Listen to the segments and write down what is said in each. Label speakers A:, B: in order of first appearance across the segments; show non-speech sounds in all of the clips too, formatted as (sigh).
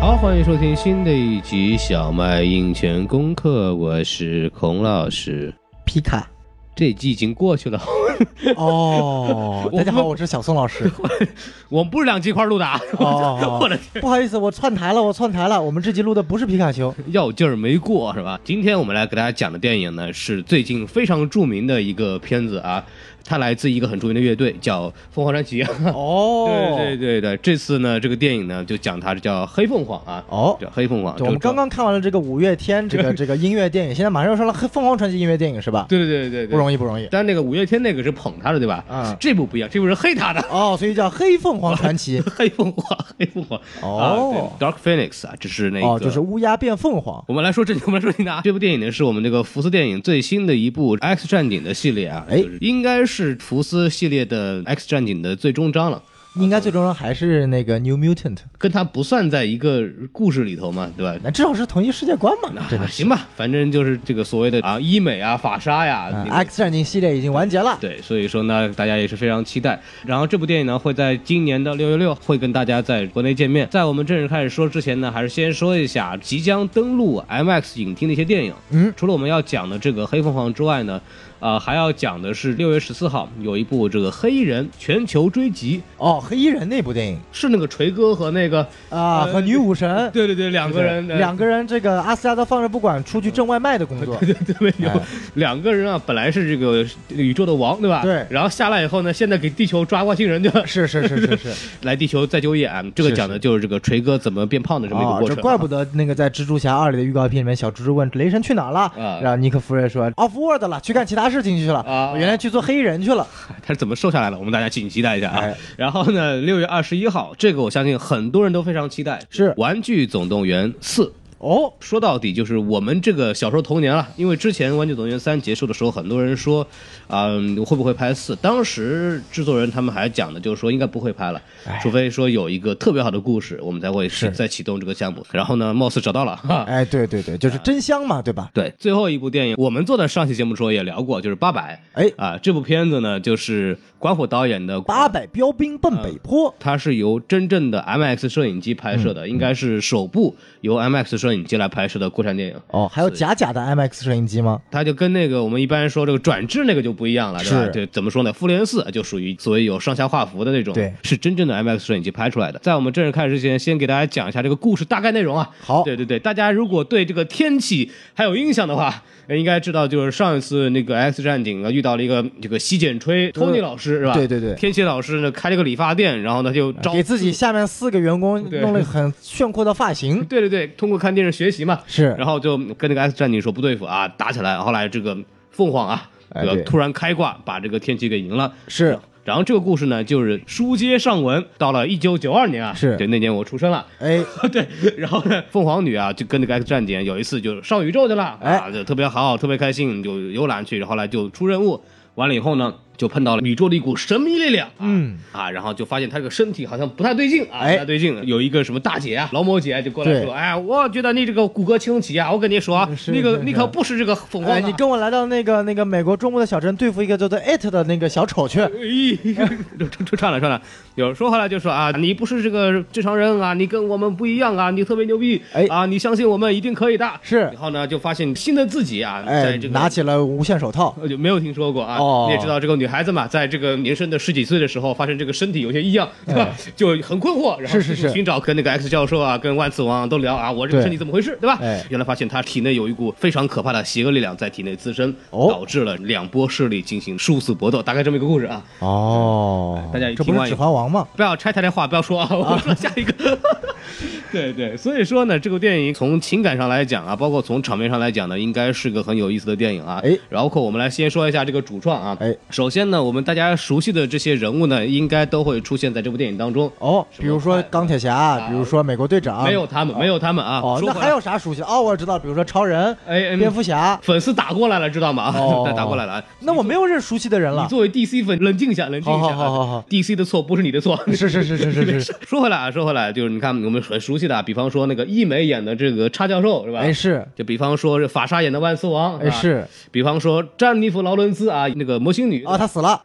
A: 好，欢迎收听新的一集《小麦印钱功课》，我是孔老师。
B: 皮卡。
A: 这一季已经过去了，，
B: 哦
A: (laughs) 我
B: 大家好，
A: 不
B: 我是小宋老师。
A: (laughs) 我们不是两期一块儿录的啊！
B: 哦，
A: 我的
B: 不好意思，我串台了，我串台了。我们这集录的不是皮
A: (laughs)
B: 卡丘，
A: 药劲儿没过是吧？今天我们来给大家讲的电影呢，是最近非常著名的一个片子啊，它来自一个很著名的乐队，叫凤凰传奇。
B: 哦，
A: 对对对对，这次呢，这个电影呢就讲它叫黑凤凰啊，
B: 哦，
A: 叫黑凤凰。
B: 对我们
A: 这个
B: 刚刚看完了这个五月
A: (laughs)
B: 天这个这个音乐电影，现在马上要上了黑凤凰传奇音乐电影是吧？
A: 对对对对对，
B: 不容易，不容易。
A: 但那个五月天那个是捧他的对吧？
B: 嗯
A: 这部不一样，这部是黑他的。
B: 哦，所以叫黑凤凰
A: (laughs)
B: 传奇。
A: 黑凤凰，黑凤凰
B: 哦
A: 啊对，Dark Phoenix 啊，这是那个，
B: 哦，就是乌鸦变凤凰。
A: 我们来说正经，我们来说正经的啊。这部电影呢，是我们这个福斯电影最新的一部《X 战警》的系列啊，
B: 哎
A: 就是应该是福斯系列的《X 战警》的最终章了，
B: 应该最终还是那个 New Mutant，
A: 跟它不算在一个故事里头嘛，对吧？
B: 那至少是同一世界观嘛。真
A: 啊
B: 的是
A: 行吧，反正就是这个所谓的啊医美啊法鲨呀、
B: 嗯
A: 那个
B: ，X 战警系列已经完结了。
A: 对，所以说呢，大家也是非常期待。然后这部电影呢，会在今年的六月六会跟大家在国内见面。在我们正式开始说之前呢，还是先说一下即将登陆 IMAX 影厅的一些电影。
B: 嗯，
A: 除了我们要讲的这个《黑凤凰》之外呢，啊，还要讲的是六月十四号有一部这个《黑衣人全球追击》，
B: 哦，黑衣人那部电影
A: 是那个锤哥和那个
B: 啊，
A: 呃
B: 和女武神。
A: (laughs) 对对对 (laughs) 两个人呃
B: 对两
A: 个。
B: 个人，这个阿斯加德放着不管，出去挣外卖的工作。
A: (laughs) 对对有、
B: 哎
A: 两个人啊，本来是这个宇宙的王，对吧？
B: 对
A: 然后下来以后呢，现在给地球抓外星人去了，
B: 是是是是是，
A: 来地球再就业啊，这个讲的就是这个锤哥怎么变 (laughs) 胖的这么一个
B: 哦
A: 过
B: 这
A: 程、啊
B: 怪不得那个在《蜘蛛侠二》里的预告片里面，小蜘蛛问雷神去哪儿了，
A: 啊
B: 然后尼克弗瑞说 Off World 了，去干其他事情去了，
A: 啊
B: 我原来去做黑衣人去了。
A: 他是怎么瘦下来了，我们大家敬请期待一下啊。
B: 哎
A: 然后呢，六月二十一号，这个我相信很多人都非常期待，
B: 是
A: 《玩具总动员四》。
B: 哦，
A: 说到底就是我们这个小时候童年啊了，因为之前《玩具总动员三》结束的时候，很多人说，啊、会不会拍四？当时制作人他们还讲的就是说应该不会拍了，除非说有一个特别好的故事，我们才会
B: 哎是
A: 再启动这个项目。然后呢，貌似找到了哈。
B: 哎，对对对，
A: 啊
B: 就是真香嘛，对吧？
A: 对，最后一部电影，我们做的上期节目的时候也聊过，就是《八百》
B: 哎，
A: 啊，这部片子呢，就是管虎导演的《
B: 八》，百标兵奔北坡，
A: 它是由真正的 IMAX 摄影机拍摄
B: 嗯
A: 的，应该是首部由 IMAX 摄影机来拍摄的国产电影。
B: 哦，还有假假的 IMAX 摄影机吗？
A: 它就跟那个我们一般说这个转制那个就不一样了，对吧？
B: 是
A: 对，怎么说呢？复联四就属于所谓有上下画幅的那种，
B: 对
A: 是真正的 IMAX 摄影机拍出来的。在我们正式开始之前，先给大家讲一下这个故事大概内容啊。
B: 好
A: 对对对，大家如果对这个天气还有印象的话，呃应该知道就是上一次那个 X 战警啊遇到了一个这个洗剪吹托尼老师是吧？
B: 呃对对啊对
A: 天气老师呢开了个理发店，然后呢就招
B: 给自己下面四个员工
A: 对
B: 弄了很炫酷的发型，
A: 对对对，通过看电视学习嘛，
B: 是
A: (laughs) 然后就跟那个 X 战警说不对付啊，打起来。后来这个凤凰啊，
B: 哎
A: 这个
B: 对
A: 突然开挂，把这个天气给赢了。
B: 是
A: 然后这个故事呢，就是书接上文，到了一九九二年啊，
B: 是
A: 对那年我出生了。
B: 哎， (laughs)
A: 对，然后呢，凤凰女啊，就跟那个 X 战警有一次就上宇宙去了，啊，
B: 哎
A: 就特别好，特别开心，就游览去，然后来就出任务，完了以后呢，就碰到了宇宙的一股神秘力量，啊
B: 嗯
A: 啊，然后就发现他这个身体好像不太对劲啊，
B: 哎
A: 不太对劲，有一个什么大姐啊，劳模姐就过来
B: 对
A: 说，哎，我觉得你这个骨骼清奇啊，我跟你说啊，
B: 是
A: 那个
B: 是
A: 你可不是这个凤凰、啊
B: 哎，你跟我来到那个那个美国中部的小镇，对付一个叫做 It 的那个小丑去。
A: (laughs) 哎，串串串了串了，有人说回来就说啊，你不是这个正常人啊，你跟我们不一样啊，你特别牛逼，
B: 哎
A: 啊，你相信我们一定可以的。
B: 是
A: 然后呢，就发现新的自己啊，
B: 哎
A: 在这，个
B: 拿起了无线手套，
A: 我就没有听说过啊。
B: 哦
A: 你也知道，这个女孩子嘛，在这个年生的十几岁的时候，发生这个身体有些异样，对吧？ (laughs) 就很困惑，然后
B: 哎是是是
A: 寻找跟那个 X 教授啊，跟万磁王啊都聊啊，我这个
B: 对
A: 身体怎么回事，对吧？
B: 哎
A: 原来发现她体内有一股非常可怕的邪恶力量在体内滋生，
B: 哦
A: 导致了两波势力进行殊死搏斗，大概这么一个故事啊。
B: 哦
A: 大家一
B: 这
A: 听
B: 不是
A: 完
B: 《
A: 以
B: 指环王》吗？
A: 不要拆台的话，不要 (laughs) 说啊，我说下一个。 (laughs) 对对，所以说呢，这部电影从情感上来讲啊，包括从场面上来讲呢，应该是个很有意思的电影啊。
B: 哎
A: 然后我们来先说一下这个主创啊。
B: 哎，
A: 首先呢，我们大家熟悉的这些人物呢，应该都会出现在这部电影当中。
B: 哦，比如
A: 什
B: 说
A: 么啊
B: 钢铁侠，啊比如说美国队长，
A: 没有他们，没有他们啊。
B: 啊哦，
A: 说
B: 那
A: 回
B: 还
A: 来
B: 有啥熟悉的？哦，我知道，比如说超人、
A: 哎，
B: 蝙
A: 嗯
B: 蝠侠，
A: 粉丝打过来了，知道吗？ (laughs) 啊
B: 哦
A: 打过来了啊。
B: 那我没有认识熟悉的人
A: 你
B: 了。
A: 作为 DC 粉，冷静一下，冷静一下啊。
B: 好好好好好
A: DC 的错不是你的错，
B: 哦
A: (laughs)
B: 是是是是是是，
A: 说回来啊，说回来，就是你看我们很熟悉的、啊，比方说那个一美演的这个叉教授是吧？
B: 哎是
A: 就比方说这法沙演的万磁王，
B: 哎
A: 吧
B: 是
A: 比方说詹妮弗劳伦斯啊，那个魔星女
B: 啊，，他死了，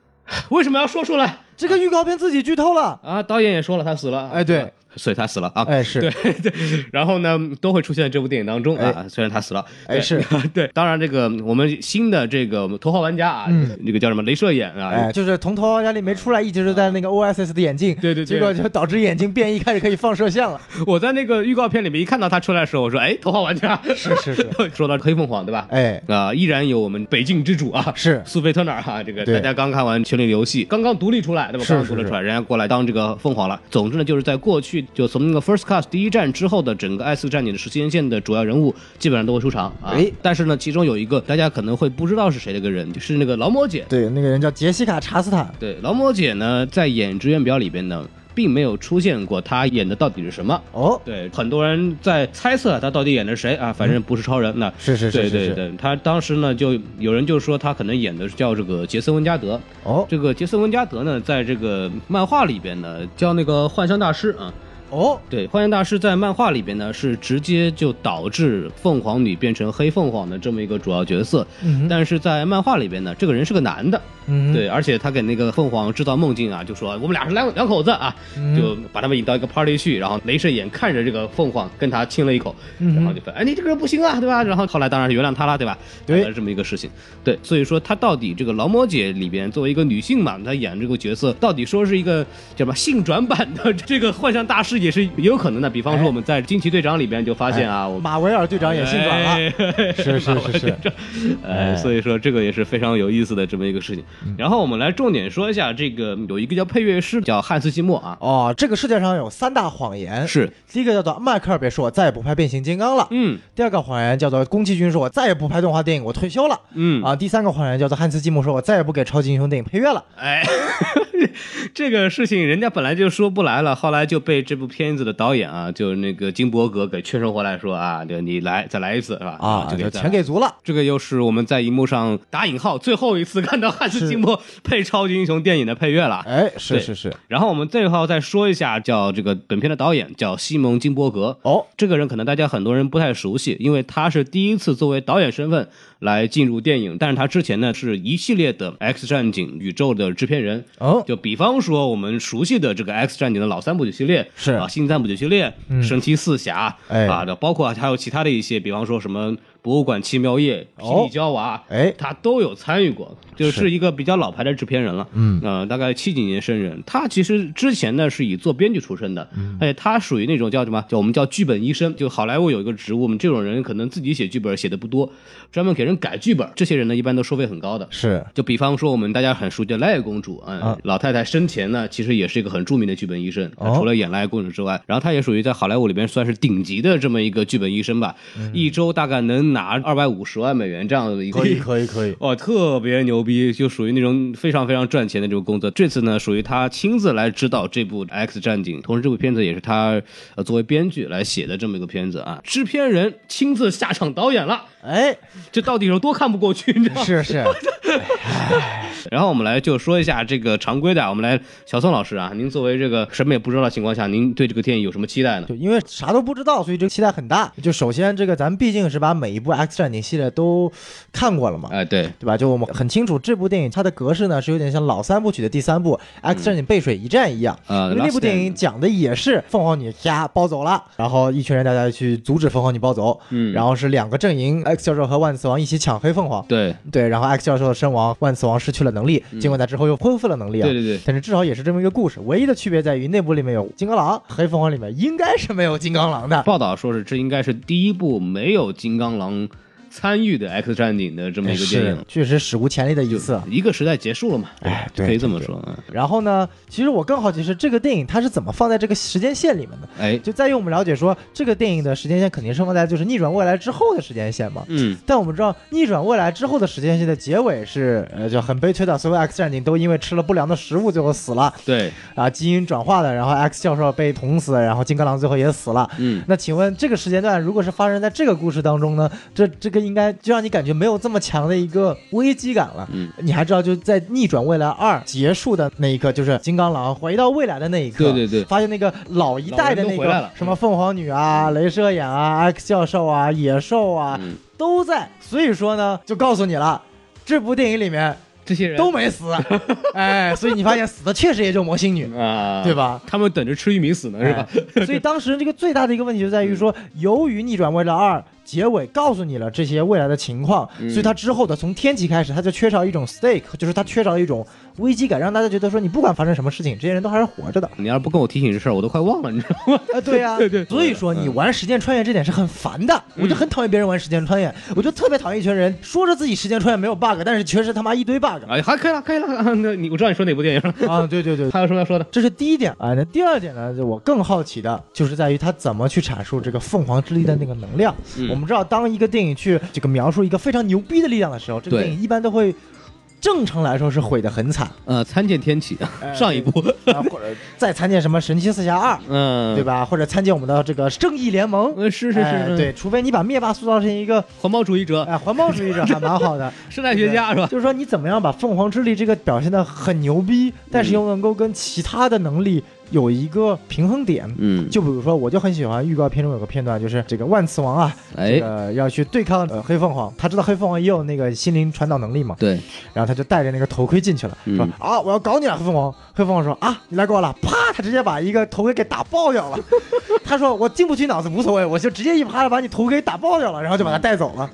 A: 为什么要说出来
B: 这个预告片自己剧透了。
A: 啊？导演也说了，她死了，
B: 哎对，
A: 所以她死了啊。
B: 哎是，
A: 对对，然后呢，都会出现在这部电影当中啊。虽然她死了，
B: 哎
A: 对
B: 是，
A: (laughs) 对。当然，这个我们新的这个头号玩家啊，那个叫什么镭射眼啊，
B: 嗯哎，就是从头压里没出来，一直是在那个 OSS 的眼镜，
A: 对对对
B: 结果就导致眼睛变异，开始可以放射线了。
A: 我在那个预告片里面一看到他出来的时候，我说：“哎，头号玩家。”
B: 是是是，
A: (laughs) 说到黑凤凰，对吧？
B: 哎
A: 啊、依然有我们北境之主啊，
B: 是
A: 苏菲特纳哈、啊。这个
B: 对
A: 大家刚看完《权力游戏》，刚刚独立出来，对吧？
B: 是
A: 刚刚独立
B: 是
A: 出来，人家过来当这个凤凰了。总之呢，就是在过去，就从那个 First Class 第一战之后的整个 S 战警的时间线的主要人物，基本上都会出场啊。
B: 哎
A: 但是呢，其中有一个大家可能会不知道是谁的一个人，就是那个劳模姐。
B: 对，那个人叫杰西卡·查斯坦，
A: 对，劳模姐呢，在演职员表里边呢，并没有出现过她演的到底是什么。
B: 哦，
A: 对，很多人在猜测他到底演的是谁啊？反正不是超人那。
B: 是是是
A: 对
B: 是
A: 对
B: 是，
A: 对，他当时呢，就有人就说他可能演的是叫这个杰森·温加德。
B: 哦
A: 这个杰森·温加德呢，在这个漫画里边呢，叫那个幻象大师啊。
B: 哦，
A: 对，幻象大师在漫画里边呢，是直接就导致凤凰女变成黑凤凰的这么一个主要角色。
B: 嗯哼
A: 但是在漫画里边呢，这个人是个男的，
B: 嗯哼，
A: 对，而且他给那个凤凰制造梦境啊，就说我们俩是两两口子啊，
B: 嗯
A: 就把他们引到一个 party 去，然后镭射眼看着这个凤凰跟他亲了一口，
B: 嗯
A: 然后就说，哎，你这个人不行啊，对吧？然后后来当然是原谅他了，对吧？
B: 对
A: 大概是这么一个事情。对，所以说他到底这个劳模姐里边作为一个女性嘛，她演这个角色，到底说是一个叫什么性转版的 (laughs) 这个幻象大师也是有可能的。比方
B: 哎
A: 说我们在惊奇队长里边就发现啊，我哎们
B: 马维尔队长也性转了，
A: 了
B: 是是是是，
A: 哎，所以说这个也是非常有意思的这么一个事情。
B: 嗯
A: 然后我们来重点说一下这个有一个叫配乐师叫汉斯季默啊，
B: 哦，这个世界上有三大谎言，
A: 是
B: 第一个叫做迈克尔别说我再也不拍变形金刚了，
A: 嗯
B: 第二个谎言叫做宫崎骏说我再也不拍动画电影，我退休了。
A: 嗯，
B: 啊，第三个谎言叫做汉斯季默说：“我再也不给超级英雄电影配乐了。
A: 哎， (laughs) 这个事情人家本来就说不来了，后来就被这部片子的导演啊，就是那个金伯格给劝说回来说啊，就你来再来一次是吧？”
B: 啊，
A: 就给
B: 就
A: 再
B: 全
A: 来。
B: 给足了。
A: 这个又是我们在荧幕上打引号最后一次看到汉斯季默配超级英雄电影的配乐了。
B: 哎，是
A: 对
B: 是是，
A: 然后我们最后再说一下，叫这个本片的导演叫西蒙金伯格。
B: 哦，
A: 这个人可能大家很多人不太熟悉，因为他是第一次作为导演身份来进入电影，但是他之前呢是一系列的《X 战警》宇宙的制片人。
B: 哦，
A: 就比方说我们熟悉的这个《X 战警》的老三部曲系列，
B: 是嗯
A: 啊，新三部曲系列，神奇四侠，
B: 哎
A: 啊，那包括还有其他的一些，比方说什么博物馆奇妙夜、
B: 哦
A: 霹雳娇娃，
B: 哎，
A: (laughs) 他都有参与过，就是一个比较老牌的制片人了，
B: 嗯
A: 呃，大概七几年生人。他其实之前呢是以做编剧出身的，
B: 嗯
A: 而且他属于那种叫什么，叫我们叫剧本医生，就好莱坞有一个职务，我们这种人可能自己写剧本写的不多，专门给人改剧本，这些人呢一般都收费很高的。
B: 是
A: 就比方说我们大家很熟悉的赖公主，嗯，
B: 啊
A: 老太太生前呢，其实也是一个很著名的剧本医生，她
B: 哦
A: 除了演赖公主之外，然后她也属于在好莱坞里边算是顶级的这么一个剧本医生吧，一周大概能拿二百五十万美元这样的一个
B: 嗯可以可以。
A: 哦，特别牛逼，就属于那种非常非常赚钱的这种工作。这次呢，属于他亲自来指导这部《X 战警》，同时这部片子也是他呃作为编剧来写的这么一个片子啊。制片人亲自下场导演了，
B: 哎，
A: 这到底有多看不过去？你知道吗？
B: 是是，
A: (laughs) 然后我们来就说一下这个常规的，我们来小宋老师啊，您作为这个什么也不知道的情况下，您对这个电影有什么期待呢？
B: 就因为啥都不知道，所以这个期待很大。就首先这个咱们毕竟是把每一部 X 战警系列都看过了嘛，
A: 哎，对，
B: 对吧？就我们很清楚这部电影它的格式呢是有点像老三部曲的第三部《X 战警：背水一战》一样，
A: 呃
B: 因为那
A: Last
B: 部电影
A: Stand
B: 讲的也是凤凰女啪暴走了，然后一群人大家去阻止凤凰女暴走，
A: 嗯
B: 然后是两个阵营，X 教授和万磁王一起抢黑凤凰，
A: 对，
B: 对，然后 X 教授身亡，万磁王失去了能力，尽管他之后又恢复了能力啊。
A: 对对对
B: 但是至少也是这么一个故事，唯一的区别在于内部里面有金刚狼，黑凤凰里面应该是没有金刚狼的。
A: (laughs) 报道说是这应该是第一部没有金刚狼参与的 X 战警的这么一个电
B: 是
A: 影，，
B: 确实史无前例的一
A: 就
B: 次。
A: 一个时代结束了嘛，
B: 哎对
A: 可以这么说，嗯
B: 然后呢，其实我更好奇是这个电影它是怎么放在这个时间线里面的。
A: 哎，
B: 就在于我们了解说，这个电影的时间线肯定是放在就是逆转未来之后的时间线嘛。
A: 嗯，
B: 但我们知道，逆转未来之后的时间线的结尾是，呃，就很悲催的，所有 X 战警都因为吃了不良的食物，最后死了。
A: 对，
B: 啊，基因转化的，然后 X 教授被捅死，然后金刚狼最后也死了。
A: 嗯，
B: 那请问这个时间段如果是发生在这个故事当中呢？这这个应该就让你感觉没有这么强的一个危机感了。
A: 嗯，
B: 你还知道就在《逆转未来二》结束的那一刻，就是金刚狼回到未来的那一刻，
A: 对对对
B: 发现那个老一代的
A: 老人都
B: 那
A: 回来
B: 个
A: 了嗯
B: 什么凤凰女啊、镭射眼啊、X 教授啊、野兽啊、
A: 嗯
B: 都在，所以说呢，就告诉你了，这部电影里面
A: 这些人
B: 都没死， (laughs) 哎，所以你发现死的确实也就魔星女。
A: 啊，
B: 对吧？
A: 他们等着吃玉米死呢，是吧？
B: (laughs) 哎所以当时这个最大的一个问题就在于说，由于《逆转未来二》结尾告诉你了这些未来的情况，
A: 嗯
B: 所以它之后的从天启开始，它就缺少一种 stake，就是它缺少一种危机感，让大家觉 (laughs) 得说你不管发生什么事情，这些人都还是活着的。
A: (laughs) 你要是不跟我提醒这事儿，我都快忘了，你知道吗？
B: 啊， (laughs) 对嗯呀、
A: 对对
B: 所以说你玩时间穿越这点是很烦的，我就很讨厌别人玩时间穿越，我就特别讨厌一群人说着自己时间穿越没有 bug，但是确实他妈一堆 bug
A: (laughs) 哎，还可以了，可以了。 (laughs) 啊那你我知道你说哪部电影了，
B: (laughs) 啊！对对对，
A: 还有什么要说的？
B: 这是第一点啊。那第二点呢，就我更好奇的就是在于他怎么去阐述这个凤凰之力的那个能量。
A: 嗯
B: 我们知道，当一个电影去这个描述一个非常牛逼的力量的时候，这个
A: 对
B: 电影一般都会。正常来说是毁得
A: (laughs)
B: 很惨，
A: 呃，参见天启， (laughs) 上一部，
B: 啊，或者 (laughs) 再参见什么《神奇四侠二》，
A: 嗯，
B: 对？吧？或者参见我们的这个正义联盟，
A: 嗯，是是
B: 哎
A: 是，
B: 对，，除非你把灭霸塑造成一个
A: 环保主义者、
B: 哎环保主义者，还蛮好的，
A: 生态学家 (laughs) 是吧？
B: 就是说你怎么样把凤凰之力这个表现的很牛逼，
A: 嗯
B: 但是又能够跟其他的能力有一个平衡点，
A: 嗯，
B: 就比如说，我就很喜欢预告片中有个片段，就是这个万磁王啊，
A: 哎
B: 这，个要去对抗呃黑凤凰，他知道黑凤凰也有那个心灵传导能力嘛，
A: 对，
B: 然后他就戴着那个头盔进去了，
A: 嗯
B: 说啊我要搞你了，黑凤凰。黑凤凰说啊你来搞我了，啪，他直接把一个头盔给打爆掉了。 (laughs) 他说我进不去脑子无所谓，我就直接一啪把你头盔打爆掉了，然后就把他带走
A: (laughs)
B: 了。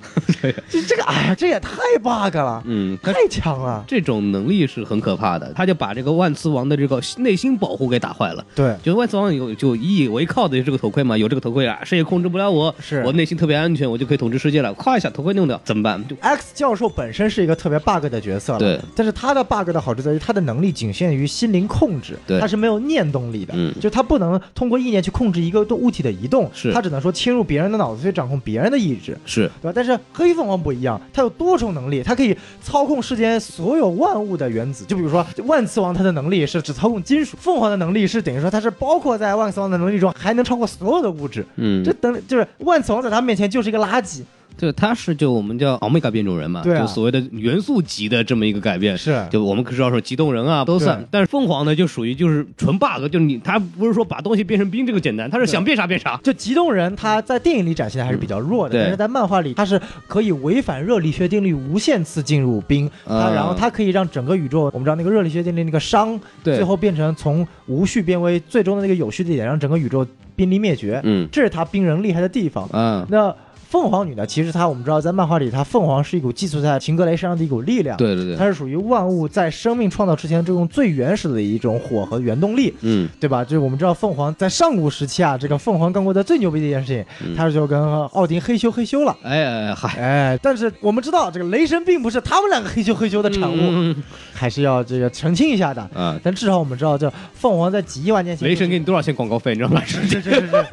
B: 这这个哎呀，这也太 bug 了，
A: 嗯，他
B: 太强了。
A: 这种能力是很可怕的，他就把这个万磁王的这个内心保护给打坏了。
B: 对，
A: 就万磁王有就以以为靠的就是这个头盔嘛，有这个头盔啊，谁也控制不了我，
B: 是
A: 我内心特别安全，我就可以统治世界了。咵一下头盔弄掉，怎么办？就
B: X 教授本身是一个特别 bug 的角色了，
A: 对。
B: 但是他的 bug 的好处在于，他的能力仅限于心灵控制，
A: 对
B: 他是没有念动力的，
A: 嗯
B: 就他不能通过意念去控制一个物体的移动，
A: 是
B: 他只能说侵入别人的脑子去掌控别人的意志。
A: 是
B: 对吧？但是黑凤凰不一样，它有多重能力，它可以操控世间所有万物的原子。就比如说万磁王，它的能力是只操控金属；凤凰的能力是等于说它是包括在万磁王的能力中，还能超过所有的物质。
A: 嗯
B: 这等就是万磁王在他面前就是一个垃圾。
A: 对，他是就我们叫欧米伽变种人嘛，
B: 对啊
A: 就所谓的元素级的这么一个改变。
B: 是
A: 就我们可知道说极冻人啊都算
B: 对，
A: 但是凤凰呢就属于就是纯 bug，就是你他不是说把东西变成冰这个简单，他是想变啥变啥。
B: 就极冻人，他在电影里展现的还是比较弱的，
A: 对
B: 但是在漫画里，他是可以违反热力学定律无限次进入冰，
A: 嗯
B: 他然后他可以让整个宇宙，我们知道那个热力学定律那个熵，
A: 对
B: 最后变成从无序变为最终的那个有序的一点，让整个宇宙濒临灭绝，
A: 嗯
B: 这是他冰人厉害的地方。
A: 嗯，
B: 那凤凰女呢？其实她我们知道，在漫画里，她凤凰是一股寄宿在秦格雷身上的一股力量，
A: 对对对，
B: 它是属于万物在生命创造之前这种最原始的一种火和原动力。
A: 嗯
B: 对吧？就是我们知道凤凰在上古时期啊，这个凤凰干过的最牛逼的一件事
A: 嗯
B: 情，它就跟奥丁嘿咻嘿咻了。
A: 哎哎嗨，
B: 哎，但是我们知道，这个雷神并不是他们两个嘿咻嘿咻的产物，
A: 嗯
B: 还是要这个澄清一下的。
A: 啊，
B: 但至少我们知道，这凤凰在几亿万年前
A: 雷
B: 就是，
A: 神给你多少钱广告费，你知道吗？ (laughs) 是
B: 是是是是，啊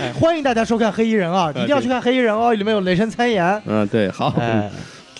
B: 哎，欢迎大家收看《黑衣人》啊，一定要去看《黑衣人》哦，里面有雷神参演。
A: 嗯，对，好，
B: 哎，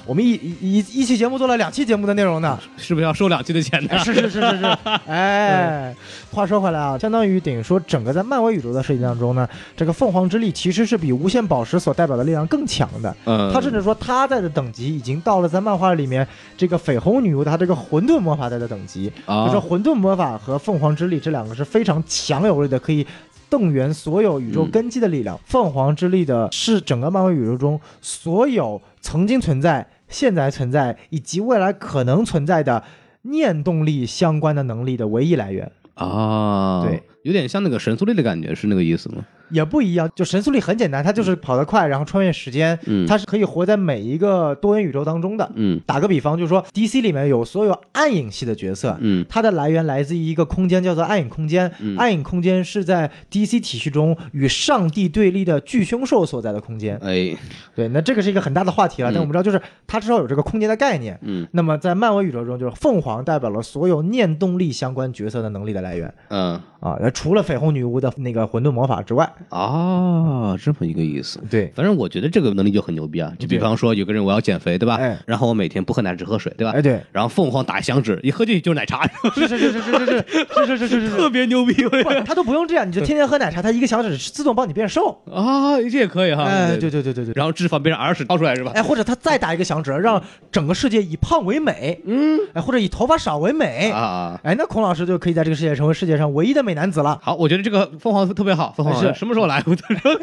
B: 我们一一一一期节目做了两期节目的内容呢。
A: 是不是要收两期的钱呢？
B: (laughs) 是是是是是，哎，话说回来啊，相当于等于说，整个在漫威宇宙的设计当中呢，这个凤凰之力其实是比无限宝石所代表的力量更强的。
A: 嗯，
B: 他甚至说，他在的等级已经到了在漫画里面这个绯红女巫她这个混沌魔法在的等级。就说
A: 啊，
B: 混沌魔法和凤凰之力这两个是非常强有力的，可以动员所有宇
A: 嗯
B: 宙根基的力量。凤凰之力的是整个漫威宇宙中所有曾经存在、现在存在以及未来可能存在的念动力相关的能力的唯一来源。
A: 啊，
B: 对，
A: 有点像那个神速力的感觉，是那个意思吗？
B: 也不一样，就神速力很简单，它就是跑得快，然后穿越时间，
A: 嗯
B: 它是可以活在每一个多元宇宙当中的。
A: 嗯
B: 打个比方，就是说 DC 里面有所有暗影系的角色，
A: 嗯
B: 它的来源来自于一个空间，叫做暗影空间。
A: 嗯
B: 暗影空间是在 DC 体系中与上帝对立的巨凶兽所在的空间。
A: 哎，
B: 对，那这个是一个很大的话题了，
A: 嗯
B: 但我们知道，就是它至少有这个空间的概念。
A: 嗯
B: 那么在漫威宇宙中，就是凤凰代表了所有念动力相关角色的能力的来源
A: 嗯
B: 啊，那除了绯红女巫的那个混沌魔法之外，
A: 啊，这么一个意思。
B: 对，
A: 反正我觉得这个能力就很牛逼啊！就比
B: 对
A: 方说，有个人我要减肥，对吧？
B: 哎
A: 然后我每天不喝奶，只喝水，对吧？
B: 哎对，
A: 然后凤凰打响指，一喝进去就是奶茶，
B: 是是是是是是 (laughs) 是是是是是
A: 特别牛逼！我觉得
B: 不，他都不用这样，你就天天喝奶茶，他一个响指自动帮你变瘦。
A: (laughs) 啊，这也可以哈。
B: 哎，对对对对对。
A: 然后脂肪变成耳屎掏出来是吧？
B: 哎，或者他再打一个响指，让整个世界以胖为美，嗯，哎，或者以头发少为美，
A: 啊啊！
B: (laughs) 哎，那孔老师就可以在这个世界成为世界上唯一的美男子了。
A: 好，我觉得这个凤凰特别好，凤凰哎
B: 是
A: 什么时候来？我就说，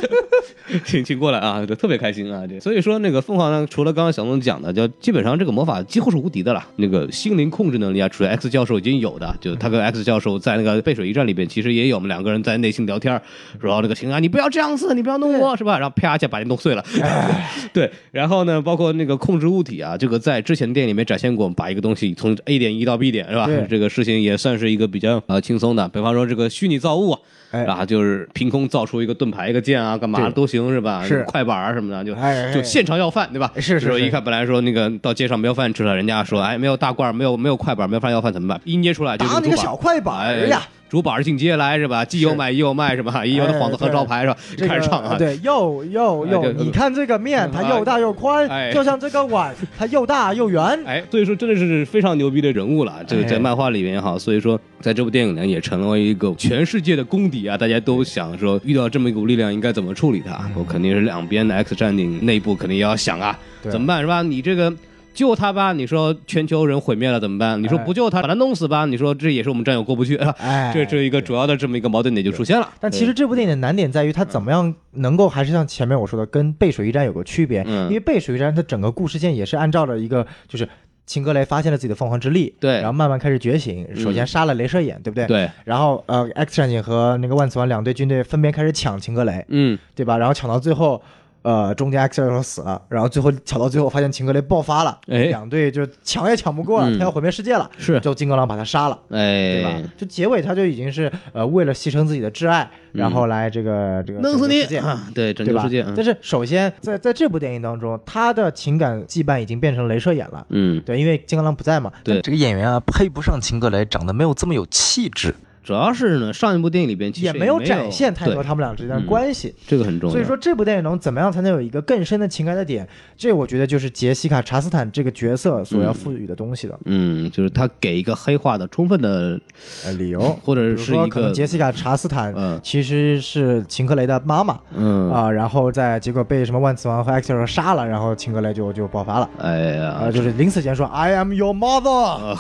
A: 请 (laughs) 请过来啊，就特别开心啊！这所以说那个凤凰呢，除了刚刚小龙讲的，就基本上这个魔法几乎是无敌的了。那个心灵控制能力啊，除了 X 教授已经有的，就他跟 X 教授在那个背水一战里边，其实也有我们两个人在内心聊天儿，然后那个情啊，你不要这样子，你不要弄我，是吧？然后啪一下把你弄碎了， (laughs) 对。然后呢，包括那个控制物体啊，这个在之前电影里面展现过，我们把一个东西从 A 点移到 B 点，是吧
B: 对？
A: 这个事情也算是一个比较呃轻松的，比方说这个虚拟造物啊。
B: 哎
A: 然后就是凭空造出一个盾牌、一个剑啊，干嘛
B: 对
A: 都行是吧？
B: 是
A: 快板啊什么的，就
B: 哎哎
A: 就现场要饭对吧？
B: 是是嗯
A: 就是一看本来说那个到街上没有饭吃了，人家说哎没有大罐儿，没有没有快板儿，没有饭要饭怎么办？一捏出哎来就
B: 打
A: 是
B: 你
A: 主
B: 个
A: 板
B: 小快板
A: 哎
B: 儿呀！
A: 主板儿进街来是吧？既有买也有卖是吧？也有的幌子和招牌是吧？
B: 哎这
A: 开
B: 个呃
A: 始唱啊，
B: 对，
A: (laughs)
B: 又又
A: 哎
B: 又，
A: 这嗯
B: 你看这个面，它又大又宽，
A: 哎
B: 就像这个
A: (laughs)
B: 碗，它又大又圆。
A: 哎，所以说真的是非常牛逼的人物了，这个在
B: 哎
A: 漫画里面也好，所以说在这部电影呢也成为一个全世界的公敌啊，大家都想说遇到这么一股力量应该怎么处理
B: 嗯
A: 它，我肯定是两边的 X 战警内部肯定也要想啊，
B: 对
A: 怎么办是吧？你这个。救他吧，你说全球人毁灭了怎么办？你说
B: 哎
A: 不救他，把他弄死吧，你说这也是我们战友过不去啊。
B: 哎，
A: 这是一个主要的这么一个矛盾点就出现了。
B: 但其实这部电影的难点在于，它怎么样能够还是像前面我说的，跟《背水一战》有个区别。
A: 嗯
B: 因为《背水一战》它整个故事线也是按照着一个，就是秦格雷发现了自己的凤凰之力，
A: 对嗯
B: 然后慢慢开始觉醒。首先杀了镭射眼，对不对？。
A: 对，
B: 然后呃，X 战警和那个万磁王两队军队分别开始抢秦格雷，
A: 嗯，
B: 对吧？然后抢到最后，呃，中间 X 教授死了，然后最后抢到最后发现秦格雷爆发了，
A: 哎
B: 两队就抢也抢不过了，
A: 嗯
B: 他要毁灭世界了，
A: 是，
B: 就金刚狼把他杀了。
A: 哎，
B: 对吧？就结尾他就已经是呃为了牺牲自己的挚爱，然后来这个这个
A: 嗯弄死
B: 拯救
A: 你
B: 世界
A: 啊！对，拯
B: 对
A: 救
B: 吧
A: 世界。嗯？
B: 但是首先在在这部电影当中，他的情感羁绊已经变成镭射眼了。
A: 嗯，
B: 对，因为金刚狼不在嘛。
A: 对
B: 但这个演员啊，配不上秦格雷，长得没有这么有气质，
A: 主要是呢，上一部电影里边其实
B: 也
A: 没
B: 没有展现太多
A: 对
B: 他们俩之间的
A: 嗯
B: 关系。
A: 这个很重要。
B: 所以说，这部电影中怎么样才能有一个更深的情感的点？这我觉得就是杰西卡·查斯坦这个角色所要赋予的东西的、
A: 嗯，就是他给一个黑化的充分的，
B: 呃理由。
A: 或
B: 比
A: 者
B: 如
A: 是
B: 说，
A: 一
B: 可能
A: 个
B: 杰西卡·查斯坦
A: 嗯
B: 其实是秦克雷的妈妈啊、
A: 嗯，
B: 然后在结果被什么万磁王和 X 教授杀了，然后秦克雷就就爆发了
A: 哎
B: (laughs) 啊、
A: 呀，
B: 就是嗯临死前说 “I am your mother”，
A: 呃，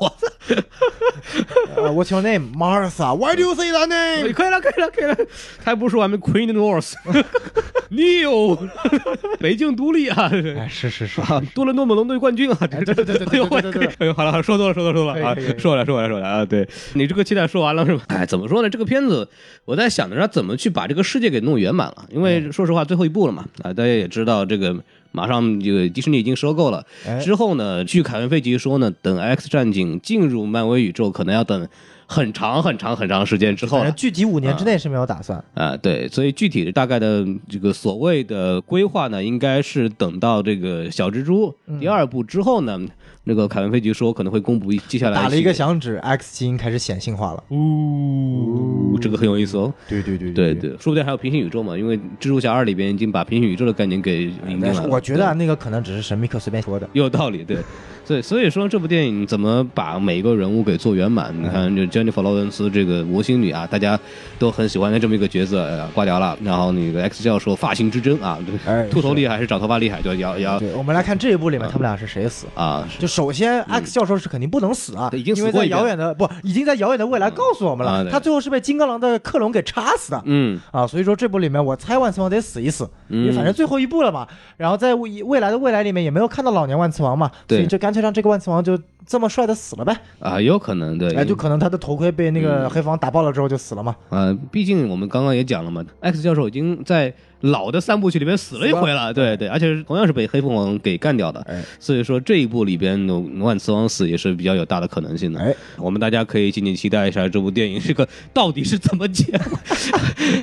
A: 我操！
B: 呃 “What's your name, Martha? Why do you say that (laughs) name?”
A: 哎可以了，可以了，可以了。他还不是说完没 Queen North，你有北京独立啊！
B: 哎，是是是，
A: 啊，多伦多猛龙队冠军啊！
B: 哎对对对对对对对对哎
A: 哎呦，好了，好了，说多了，说多了，说多了啊
B: 可以可以可！以
A: 说回来，说回来，说回来啊！对你这个期待说完了是吧？哎，怎么说呢？这个片子我在想着它怎么去把这个世界给弄圆满了，因
B: 哎
A: 为说实话，最后一步了嘛啊！大家也知道这个。马上这个迪士尼已经收购了，
B: 哎
A: 之后呢，据凯文·费奇说呢，等《X 战警》进入漫威宇宙，可能要等很长很长很长时间之后了
B: 反正。具体五年之内是没有打算。
A: 啊，对，所以具体的大概的这个所谓的规划呢，应该是等到这个小蜘蛛
B: 嗯
A: 第二部之后呢，那个凯文·费奇说可能会公布一接下来
B: 打了一个
A: 系
B: 响指，X 基因开始显性化了。
A: 列，呜、这个很有意思哦。
B: 对对对
A: 对对，说不定还有平行宇宙嘛，因为蜘蛛侠二里边已经把平行宇宙的概念给引进来
B: 但是
A: 了。
B: 我觉得啊那个可能只是神秘客随便说的。
A: 有道理，对，所以所以说这部电影怎么把每个人物给做圆满？你看，就 Jennifer 劳伦斯这个魔星女啊，大家都很喜欢的这么一个角色，呃，挂掉了。然后那个 X 教授发型之争啊，
B: 哎
A: 秃头厉害还是长头发厉害，就要要
B: 对，我们来看这一部里面他们俩是谁死。
A: 啊，是
B: 就首先，X 教授是肯定不能死啊，
A: 对已经死
B: 因为
A: 过
B: 在
A: 一遍
B: 遥远的不，已经在遥远的未来告诉我们
A: 啊
B: 了，
A: 对
B: 他最后是被金刚狼的克隆给插死的。
A: 嗯
B: 啊，所以说这部里面，我猜万磁王得死一死，因为反正最后一部了嘛。然后在未未来的未来里面也没有看到老年万磁王嘛，所
A: 对
B: 以就干脆让这个万磁王就这么帅的死了呗。
A: 啊，有可能对，嗯
B: 哎，就可能他的头盔被那个黑房打爆了之后就死了嘛。
A: 呃，毕竟我们刚刚也讲了嘛，X 教授已经在老的三部曲里面死了一回了，对对，而且是同样是被黑凤凰给干掉的，
B: 哎
A: 所以说这一部里边有万磁王死也是比较有大的可能性的。
B: 哎
A: 我们大家可以敬请期待一下这部电影这个到底是怎么讲。 (laughs)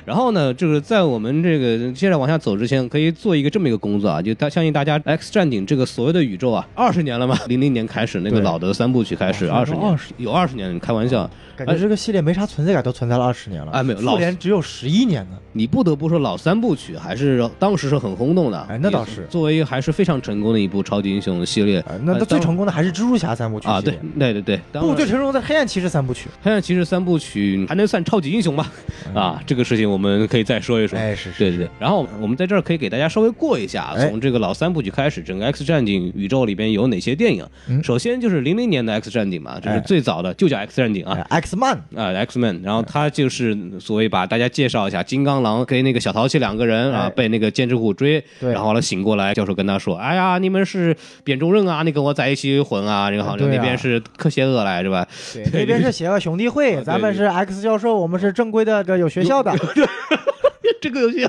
A: 然后呢，这个在我们这个接着往下走之前，可以做一个这么一个工作啊，就大相信大家《X 战警》这个所谓的宇宙啊，二十年了嘛，零零年开始那个
B: 对
A: 老的三部曲开始，
B: 哇
A: 二十
B: 说
A: 年
B: 到20
A: 有二十年，开玩笑。
B: 感觉这个系列没啥存在感，都存在了二十年了。
A: 嗯哎没有老
B: 复联只有十一年呢。
A: 你不得不说，老三部曲还是当时是很轰动的。
B: 哎那倒是
A: 作为还是非常成功的一部超级英雄系列。
B: 哎那
A: 呃
B: 那最
A: 当
B: 成功的还是蜘蛛侠三部曲
A: 啊，
B: 系
A: 对
B: 列
A: 对对对，当
B: 不，
A: 然
B: 最成功的是黑暗骑士三部曲。
A: 黑暗骑士三部曲还能算超级英雄吧？啊，这个事情我们可以再说一说。
B: 嗯哎，是是，
A: 对对对，然后我们在这儿可以给大家稍微过一下啊，
B: 哎
A: 从这个老三部曲开始，整个《X 战警》宇宙里边有哪些电影？
B: 嗯
A: 首先就是零零年的《X 战警》嘛，这
B: 哎
A: 是最早的，就叫《X 战警》啊。
B: X Man
A: 啊、x Men，然后他就是所谓把大家介绍一下，金刚狼跟那个小淘气两个人啊，
B: 哎
A: 被那个剑齿虎追，
B: 对
A: 然后呢醒过来，教授跟他说：“哎呀，你们是扁中任啊，你跟我在一起混啊，然后好像
B: 对啊
A: 那边是克邪恶来是吧？”
B: 对，那边是邪恶兄弟会，咱们是 X 教授，我们是正规的这个有学校的，
A: 这个游戏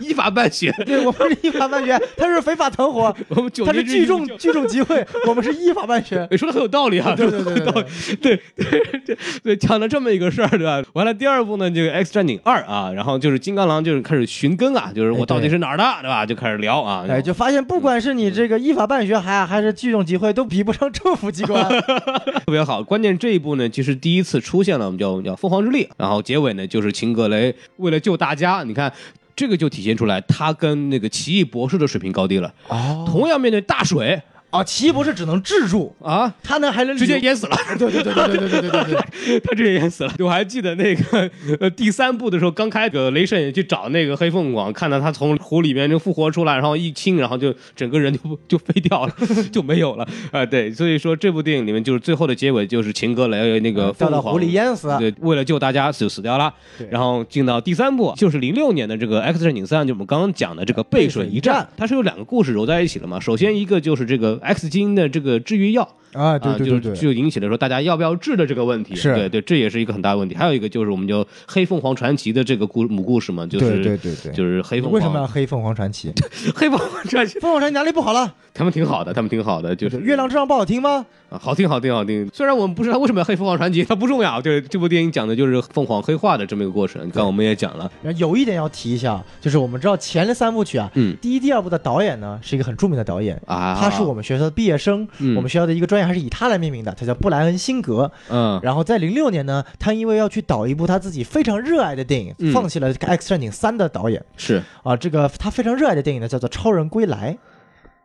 A: 依法办学，
B: 对，我们是依法办学，他是非法团伙，
A: 我们九
B: 他是
A: 年
B: 聚
A: 之
B: 众
A: 一
B: 聚众集会，我们是依法办学。
A: 哎，说的很有道理啊，
B: 对对
A: 说得
B: 对对
A: 很有道理对对对对对，讲了这么一个事儿，对吧？完了，第二部呢，这个《X 战警二》啊，然后就是金刚狼就是开始寻根啊，就是我到底是哪儿的，对吧？就开始聊啊，
B: 哎，就发现不管是你这个依法办学还还是聚众集会，都比不上政府机关。
A: 特别好。关键这一部呢，其实第一次出现了我们叫叫凤凰之力，然后结尾呢就是秦格雷为了救大家，你看。这个就体现出来，他跟那个奇异博士的水平高低了。
B: 哦
A: 同样面对大水
B: 哦，奇异博士只能制住，
A: 啊，
B: 他呢还能
A: 直接
B: 留
A: 淹
B: (laughs)
A: 死了。
B: 对对对对对对对对对对，
A: 他直接淹死了。我还记得那个呃第三部的时候，刚开个雷神也去找那个黑凤凰，看到他从湖里面就复活出来，然后一亲，然后就整个人就 (laughs) 就飞掉了，就没有了啊、对，所以说这部电影里面就是最后的结尾就是秦格雷那个
B: 啊掉
A: 凤
B: 到
A: 凰
B: 湖里淹死。
A: 对，为了救大家就死掉了
B: 对。
A: 然后进到第三部，就是零六年的这个《X 战警三》，就我们刚刚讲的这个背水一
B: 背水一
A: 战
B: 战，
A: 它是有两个故事揉在一起的嘛。首先一个就是这个 X 基因的这个治愈药。
B: 啊，
A: 啊，就是就引起了说大家要不要治的这个问题，
B: 是
A: 对对，这也是一个很大的问题。还有一个就是我们就黑凤凰传奇的这个故母故事嘛，就是
B: 对对对
A: 就是黑凤凰，
B: 为什么要黑凤凰
A: (laughs)
B: 传奇？
A: 黑凤凰传奇？
B: 凤凰传奇哪里不好了？
A: 他们挺好的，他们挺好的，
B: (laughs)
A: 就是
B: 月亮之上不好听吗？
A: 啊好听好听好听。虽然我们不知道为什么要黑凤凰传奇，它不重要，对这部电影讲的就是凤凰黑化的这么一个过程。你看我们也讲了，
B: 然后有一点要提一下，就是我们知道前三部曲啊，
A: 嗯
B: 第一、第二部的导演呢是一个很著名的导演。
A: 啊，
B: 他是我们学校的毕业生，
A: 嗯
B: 我们学校的一个专业还是以他来命名的，他叫布莱恩·辛格。
A: 嗯
B: 然后在零六年呢，他因为要去导一部他自己非常热爱的电影，
A: 嗯
B: 放弃了《X 战警三》的导演
A: 是
B: 啊。这个他非常热爱的电影呢，叫做《超人归来》。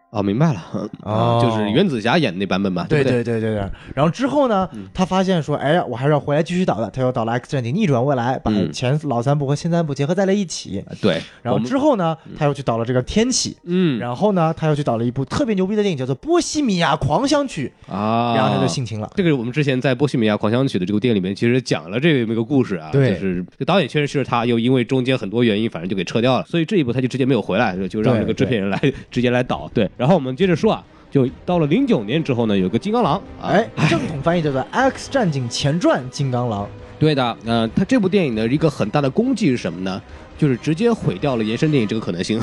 A: 哦，明白了，
B: 哦
A: 啊就是原子侠演的那版本嘛，不对？嗯
B: 对对对。然后之后呢，他发现说，哎呀，我还是要回来继续导的。他又导了《X 战警：逆转未来》，把
A: 嗯
B: 前老三部和新三部结合在了一起。
A: 对，
B: 然
A: 我
B: 后
A: 们
B: 之后呢，他又去导了这个《天启》。
A: 嗯
B: 然后呢，他又去导了一部特别牛逼的电影，叫做《波西米亚狂想曲》，
A: 啊，
B: 然后他就性侵了。
A: 这个我们之前在《波西米亚狂想曲》的这部电影里面，其实讲了这么一个故事啊，
B: 对
A: 就是这导演确实是他，又因为中间很多原因，反正就给撤掉了，所以这一部他就直接没有回来，就就让
B: 对
A: 这个制片人来直接来导。对，然后我们接着说啊，就到了零九年之后呢，有个金刚狼，啊、
B: 哎，，正统翻译叫做《X 战警前传：金刚狼》。
A: 对的，呃，他这部电影的一个很大的功绩是什么呢？就是直接毁掉了延伸电影这个可能性。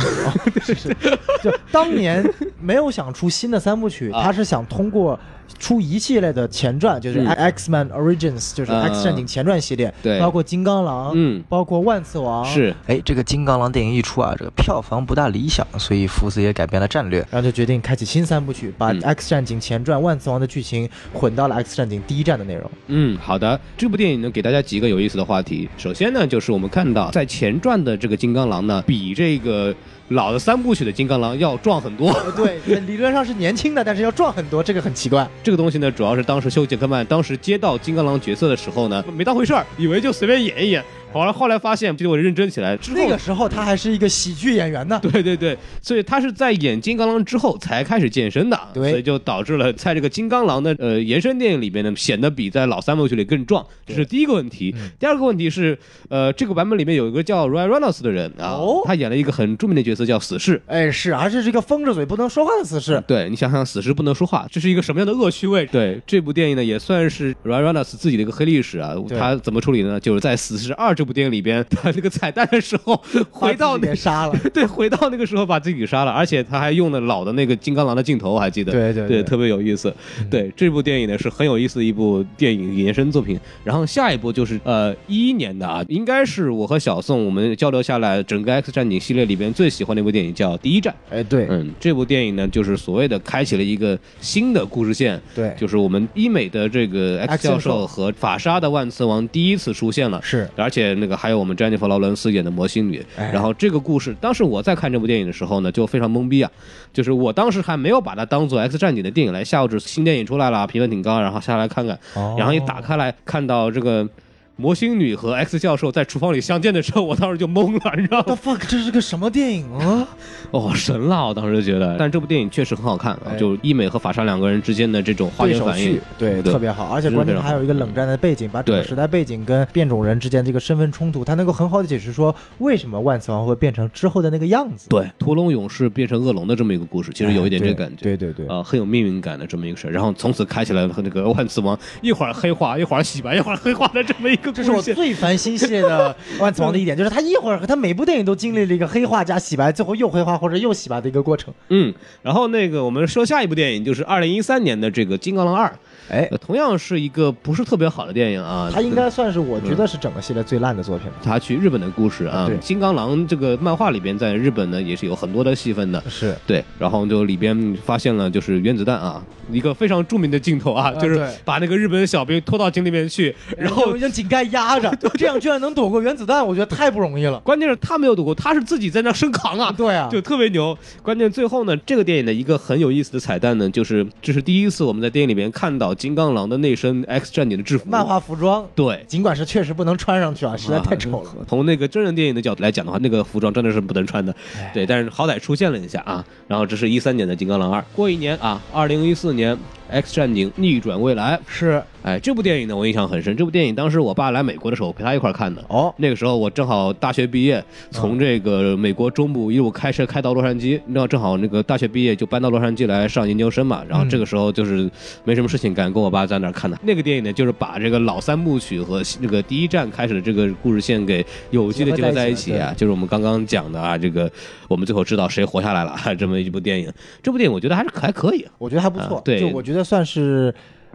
B: 是是，就当
A: (laughs)
B: 年没有想出新的三部曲，
A: 啊
B: 他是想通过出一系列的前传，就是
A: 嗯
B: X Men Origins，就是
A: 嗯
B: X 战警前传系列，
A: 对
B: 包括金刚狼，
A: 嗯
B: 包括万磁王，，
A: 是，
C: 哎，这个金刚狼电影一出啊，这个票房不大理想，所以福斯也改变了战略。
B: 然后就决定开启新三部曲，把
A: 嗯
B: X 战警前传、万磁王的剧情混到了 X 战警第一战的内容。
A: 嗯，好的。这部电影呢，给大家几个有意思的话题。首先呢，就是我们看到在前传的这个金刚狼呢，比这个老的三部曲的金刚狼要壮很多。 (laughs)
B: 呃对， (laughs) 理论上是年轻的，但是要壮很多，这个很奇怪。
A: 这个东西呢，主要是当时休·杰克曼当时接到金刚狼角色的时候呢，没当回事儿，以为就随便演一演。好了，后来发现，结果认真起来之后，
B: 那个时候他还是一个喜剧演 (laughs) 员呢。
A: 对对对，所以他是在演金刚狼之后才开始健身的，
B: 对
A: 所以就导致了在这个金刚狼的呃延伸电影里面呢，显得比在老三部曲里更壮，这是第一个问题。第二个问题是，呃，这个版本里面有一个叫 Ryan Reynolds 的人啊，
B: 哦
A: 他演了一个很著名的角色叫死侍。
B: 哎，是，而且是一个封着嘴不能说话的死士。
A: 对你想想，死侍不能说话，这是一个什么样的恶趣味？对这部电影呢，也算是呃 Ryan Reynolds 自己的一个黑历史啊。
B: 对
A: 他怎么处理呢？就是在《死侍二》这部电影里边，他那个彩蛋的时候，回到那
B: 点杀了，
A: (laughs) 对，回到那个时候把自己给杀了，而且他还用了老的那个金刚狼的镜头，我还记得。
B: 对对对
A: 特别有意思。对这部电影呢是很有意思的一部电影延伸作品。然后下一部就是呃一一年的啊，应该是我和小宋我们交流下来整个 X 战警系列里边最喜欢的一部电影叫《第一战》。
B: 哎，对
A: 嗯，这部电影呢就是所谓的开启了一个新的故事线。
B: 对，
A: 就是我们医美的这个 X
B: X
A: 教
B: 教
A: 授
B: 授
A: 和法沙的万磁王第一次出现了，
B: 是
A: 而且那个还有我们詹妮弗·劳伦斯演的魔性女。
B: 哎
A: 然后这个故事，当时我在看这部电影的时候呢，就非常懵逼啊，就是我当时还没有把它当做 X 战警的电影来下，我只是新电影出来了，评分挺高，然后下来看看，
B: 哦
A: 然后一打开来看到这个。魔星女和 X 教授在厨房里相见的时候，我当时就懵了，你知道吗？
B: ，the fuck，这是个什么电影啊？
A: 哦，神了！我当时就觉得，但这部电影确实很好看啊，
B: 哎
A: 就是医美和法沙两个人之间的这种化
B: 对
A: 学
B: 手
A: 反应
B: 戏，对，特别好，而且
A: 真的
B: 关
A: 非
B: 键
A: 常好
B: 还有一个冷战的背景，把整个
A: 对
B: 时代背景跟变种人之间这个身份冲突，他能够很好的解释说为什么万磁王会变成之后的那个样子。
A: 对，屠龙勇士变成恶龙的这么一个故事，其实有一点这个感觉。
B: 哎对对对
A: 啊、很有命运感的这么一个事儿，然后从此开起来和那个万磁王一会儿黑化，一会儿洗白，一会儿黑化的这么一个故
B: 这是我
A: 事线。
B: 最烦新系
A: (laughs)
B: 列的万磁王的一点，就是他一会儿他每部电影都经历了一个黑化加洗白，最后又黑化或者又洗白的一个过程。
A: 嗯，然后那个我们说下一部电影就是二零一三年的这个《金刚狼二》
B: 哎，
A: 呃，同样是一个不是特别好的电影啊。
B: 他应该算是我
A: 嗯
B: 觉得是整个系列最烂的作品了。
A: 他去日本的故事啊，
B: 对
A: 金刚狼》这个漫画里边在日本呢也是有很多的戏份的。
B: 是，
A: 对，然后就里边发现了就是原子弹啊，一个非常著名的镜头啊，
B: 啊
A: 就是
B: 对哎
A: 把那个日本小兵拖到井里面去，然后
B: 用井盖
A: (laughs)
B: 压着，这样居然能躲过原子弹，我觉得太不容易了。
A: 关键是他没有躲过，他是自己在那生扛啊，
B: 对啊，
A: 就特别牛。关键最后呢，这个电影的一个很有意思的彩蛋呢，就是这是第一次我们在电影里面看到金刚狼的那身 X 战警的制服，
B: 漫画服装，
A: 对。
B: 尽管是确实不能穿上去啊，实在太丑了。
A: 从那个真人电影的角度来讲的话，那个服装真的是不能穿的，
B: 哎
A: 对。但是好歹出现了一下啊。然后这是一三年的《金刚狼二》，过一年啊，二零一四年《X 战警：逆转未来》。
B: 是
A: 哎，这部电影呢，我印象很深。这部电影当时我爸来美国的时候，我陪他一块儿看的。
B: 哦，嗯
A: 那个时候我正好大学毕业，从这个美国中部一路开车开到洛杉矶，然后正好那个大学毕业就搬到洛杉矶来上研究生嘛。然后这个时候就是没什么事情干，跟我爸在那儿看的。那个电影呢，就是把这个老三部曲和那个第一站开始的这个故事线给有机的结合在一起
B: 结合在一起
A: 啊
B: 了，
A: 就是我们刚刚讲的啊，这个我们最后知道谁活下来了 (laughs) 这么一部电影。这部电影我觉得还是还可以。
B: 我觉得还不
A: 啊
B: 错，
A: 对
B: 就我觉得算是，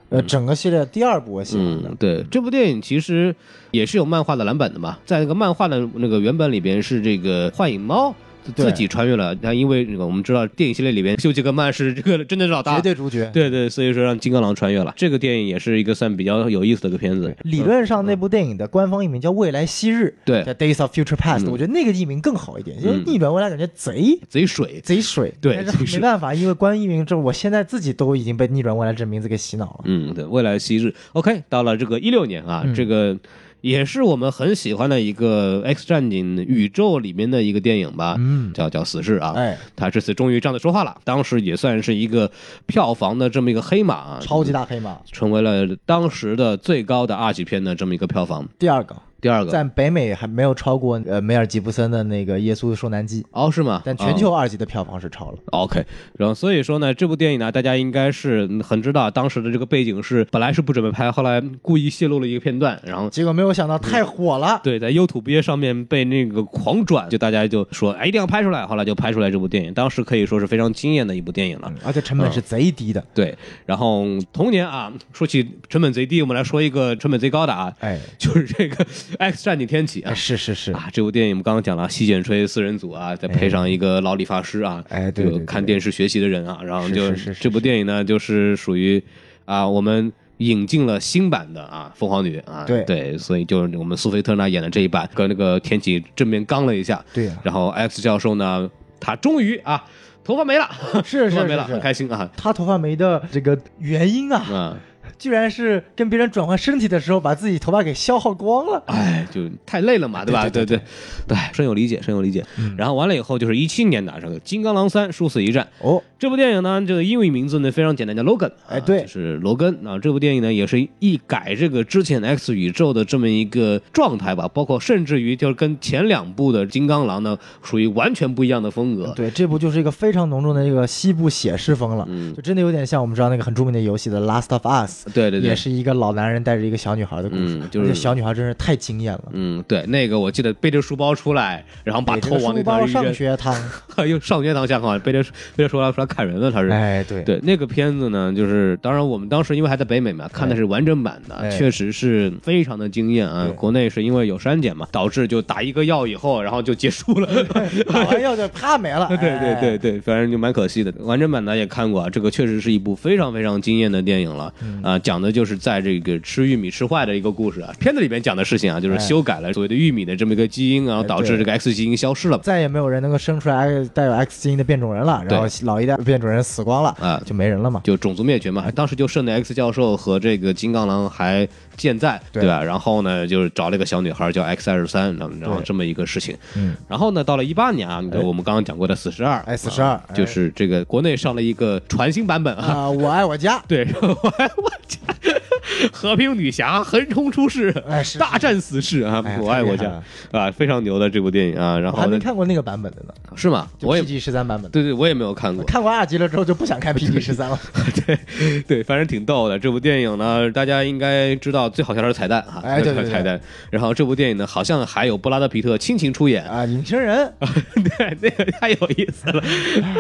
B: 呃，整个系列第二部我喜欢的
A: 嗯，。对，这部电影其实也是有漫画的蓝本的嘛，在那个漫画的那个原本里边是这个幻影猫。
B: 对
A: 自己穿越了，那因为那个我们知道电影系列里边休·杰克曼是这个真的是老大，
B: 绝对主角，
A: 对对，所以说让金刚狼穿越了。这个电影也是一个算比较有意思的一个片子。
B: 理论上那部电影的官方译名叫《未来昔日》，
A: 嗯对
B: 叫《Days of Future Past
A: 嗯》，
B: 我觉得那个译名更好一点，因为
A: 嗯
B: 逆转未来感觉贼
A: 贼水，
B: 贼水，
A: 对
B: 但
A: 贼
B: 是
A: 水
B: 没办法，因为关于译名这，我现在自己都已经被逆转未来这名字给洗脑了。
A: 嗯，对，未来昔日。OK，到了这个一六年啊，
B: 嗯
A: 这个也是我们很喜欢的一个 X 战警宇宙里面的一个电影吧，
B: 嗯，
A: 叫叫死侍啊。
B: 哎，
A: 他这次终于站着说话了，当时也算是一个票房的这么一个黑马啊，
B: 超级大黑马，
A: 成为了当时的最高的二级片的这么一个票房。
B: 第二个
A: 第二个
B: 在北美还没有超过呃梅尔吉布森的那个《耶稣受难记》，
A: 哦是吗？
B: 但全球二级的票房是超了。
A: 哦 OK，然后所以说呢，这部电影呢，大家应该是嗯很知道当时的这个背景是本来是不准备拍，后来故意泄露了一个片段，然后。
B: 结果没有想到太火了，
A: 对，在优土鳖上面被那个狂转，就大家就说，哎，一定要拍出来。后来就拍出来这部电影，当时可以说是非常惊艳的一部电影了。
B: 啊而且成本是贼低的。
A: 对，然后同年啊，说起成本贼低，我们来说一个成本最高的啊，
B: 哎，
A: 就是这个《X 战警：天启》啊
B: 哎，是是是，
A: 啊，这部电影我们刚刚讲了，洗剪吹四人组啊，再配上一个老理发师啊，
B: 哎对对
A: 就
B: 对
A: 看电视学习的人啊，然后就是
B: 是是是
A: 这部电影呢，就是属于啊，我们引进了新版的啊，凤凰女啊，
B: 对
A: 所以就是我们苏菲特呢演的这一版，跟那个天启正面刚了一下，(laughs)
B: 对呀
A: 然后 X 教授呢，他终于啊，头发没了，
B: 是是
A: 头发没
B: 是
A: 了，
B: 是
A: 很开心啊，
B: 他头发没的这个原因啊，
A: 啊。
B: 居然是跟别人转换身体的时候把自己头发给消耗光了。
A: 哎，就太累了嘛，对吧？对对对深有理解，深有理解。
B: 嗯
A: 然后完了以后就是一七年的这个《金刚狼三：殊死一战》
B: 哦，
A: 这部电影呢，这个英语名字呢非常简单，叫 Logan，啊、
B: 哎对
A: 就是罗根啊。这部电影呢也是一改这个之前 X 宇宙的这么一个状态吧，包括甚至于就是跟前两部的金刚狼呢属于完全不一样的风格。
B: 对，这部就是一个非常浓重的这个西部写诗风了，
A: 嗯
B: 就真的有点像我们知道那个很著名的游戏的《Last of Us》，
A: 对对对
B: 也是一个老男人带着一个小女孩的故事，
A: 嗯就是
B: 而且小女孩真是太惊艳了，哎
A: 嗯，对，那个我记得背着书包出来，然后把
B: 对这
A: 头
B: 个
A: 往那
B: 书
A: 头
B: 包
A: 一扔
B: 上，学堂，
A: (laughs) 又上学堂下好像背着背着书包出来砍人了，他是。
B: 哎， (laughs) 对，
A: 对那个片子呢，就是当然我们当时因为还在北美嘛，看的是完整版的，
B: 哎
A: 确实是非常的惊艳啊。国内是因为有删减嘛，导致就打一个药以后，然后就结束了。
B: (laughs) 打完药就啪没
A: (laughs)
B: 了，
A: 对对
B: 哎
A: 对对，反正就蛮可惜的。完整版呢也看过啊，这个确实是一部非常非常惊艳的电影了。
B: 嗯
A: 啊，讲的就是在这个吃玉米吃坏的一个故事啊。片子里边讲的事情啊，就是
B: 哎
A: 修改了所谓的玉米的这么一个基因，然后导致
B: 对
A: 这个 X 基因消失了嘛。
B: 再也没有人能够生出来 X- 带有 X 基因的变种人了，然后老一代变种人死光了，
A: 啊
B: 就没人
A: (laughs)
B: 了嘛。
A: 就种族灭绝嘛，当时就剩的 X 教授和这个金刚狼还健在，
B: 对
A: 对吧？然后呢，就是找了一个小女孩叫 X 二十三，然后然后这么一个事情。
B: 嗯，
A: 然后呢，到了一八年啊，我们刚刚讲过的四十二，
B: 哎42
A: 啊
B: 哎
A: 就是这个国内上了一个全新版本啊，
B: 啊、我爱我家，
A: 对，然后我我家和平女侠横冲出世，
B: 哎是
A: 大战死士啊
B: 哎呀，
A: 我爱我
B: 太厉害
A: 家
B: 了
A: 啊，非常牛的这部电影啊。然
B: 我
A: 后
B: 还没
A: 呢，
B: 看过那个版本的呢，
A: 是吗？
B: 就
A: 我也
B: PG 十三版本的。
A: 对对，我也没有看过。
B: 看过二集了之后就不想看 PG
A: (laughs)
B: 十三了，
A: 对 (laughs) 对，反正挺逗的。这部电影呢，大家应该知道最好笑的是彩蛋啊， (laughs)
B: 哎对对对
A: 彩蛋。然后这部电影呢，好像还有布拉德皮特亲情出演， (laughs)
B: 啊，隐形人，
A: 对，那个太有意思了。 (laughs)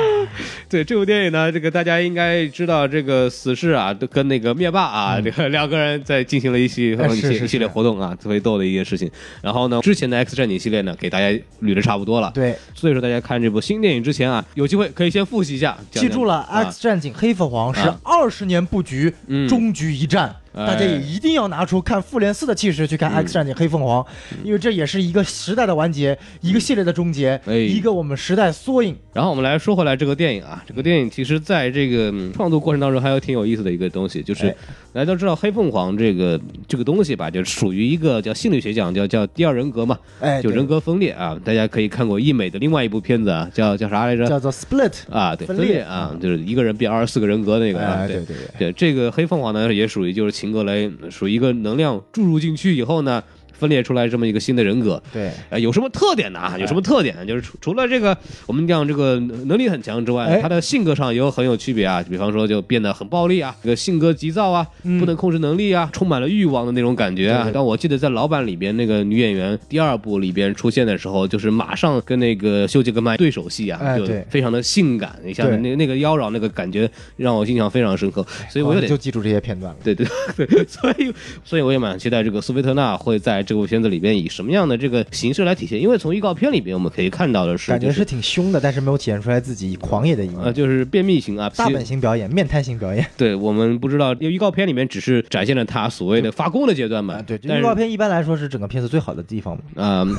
A: 对这部电影呢，这个大家应该知道，这个死侍啊，都跟那个灭霸啊，这个两个人在进行了一系
B: 嗯哎
A: 一
B: 是
A: 系
B: 是
A: 一系列
B: 是
A: 活动啊，特别逗的一件事情。然后呢，之前的 X 战警系列呢，给大家捋的差不多了。
B: 对，
A: 所以说大家看这部新电影之前啊，有机会可以先复习一下。讲
B: 记住了，
A: 啊
B: 《X 战警：黑凤凰》是
A: 啊
B: 二十年布局
A: 嗯，
B: 终局一战。
A: 哎嗯
B: 大家也一定要拿出看《复联四》的气势去看《X 战警：黑凤凰》，因为这也是一个时代的完结，一个系列的终结，
A: 嗯哎
B: 一个我们时代缩影。
A: 然后我们来说回来这个电影啊，这个电影其实在这个、嗯创作过程当中还有挺有意思的一个东西，就是
B: 哎
A: 大家都知道黑凤凰这个这个东西吧，就属于一个叫心理学讲叫叫第二人格嘛，
B: 哎，
A: 就
B: 对
A: 人格分裂啊。大家可以看过艺美的另外一部片子啊，叫叫啥来着？
B: 叫做 Split，
A: 啊，对，
B: 分
A: 分
B: 裂嗯
A: 裂啊，就是一个人变二十四个人格那个啊，
B: 哎，
A: 对
B: 对对对，
A: 对，这个黑凤凰呢，也属于就是秦格雷，属于一个能量注入进去以后呢，分裂出来这么一个新的人格。
B: 对，
A: 呃，有什么特点呢？啊，有
B: 哎
A: 什么特点呢？就是除除了这个我们讲这个能力很强之外
B: 哎
A: 呢，他的性格上也有很有区别啊。比方说，就变得很暴力啊，这个性格急躁啊，
B: 嗯
A: 不能控制能力啊，充满了欲望的那种感觉啊。但我记得在《老板》里边，那个女演员第二部里边出现的时候，就是马上跟那个休杰克曼对手戏啊，
B: 哎
A: 就
B: 对
A: 非常的性感，一下子
B: 对
A: 那那个妖娆那个感觉让我印象非常深刻，所以我有
B: 哦你就
A: 点。
B: 记住这些片段了。
A: 对对对，所以所以我也蛮期待这个苏菲特纳会在这部片子里边以什么样的这个形式来体现，因为从预告片里边我们可以看到的是，
B: 感
A: 就
B: 觉
A: 是
B: 是挺凶的，但是没有体现出来自己狂野的一
A: 呃
B: 面。
A: 就是便秘型啊，
B: 大
A: 其
B: 本型表演，面瘫型表演
A: 对我们不知道，因为预告片里面只是展现了他所谓的发功的阶段嘛，
B: (laughs) 啊，对，这
A: 但
B: 预
A: 是
B: 告片一般来说是整个片子最好的地方嘛。
A: 嗯，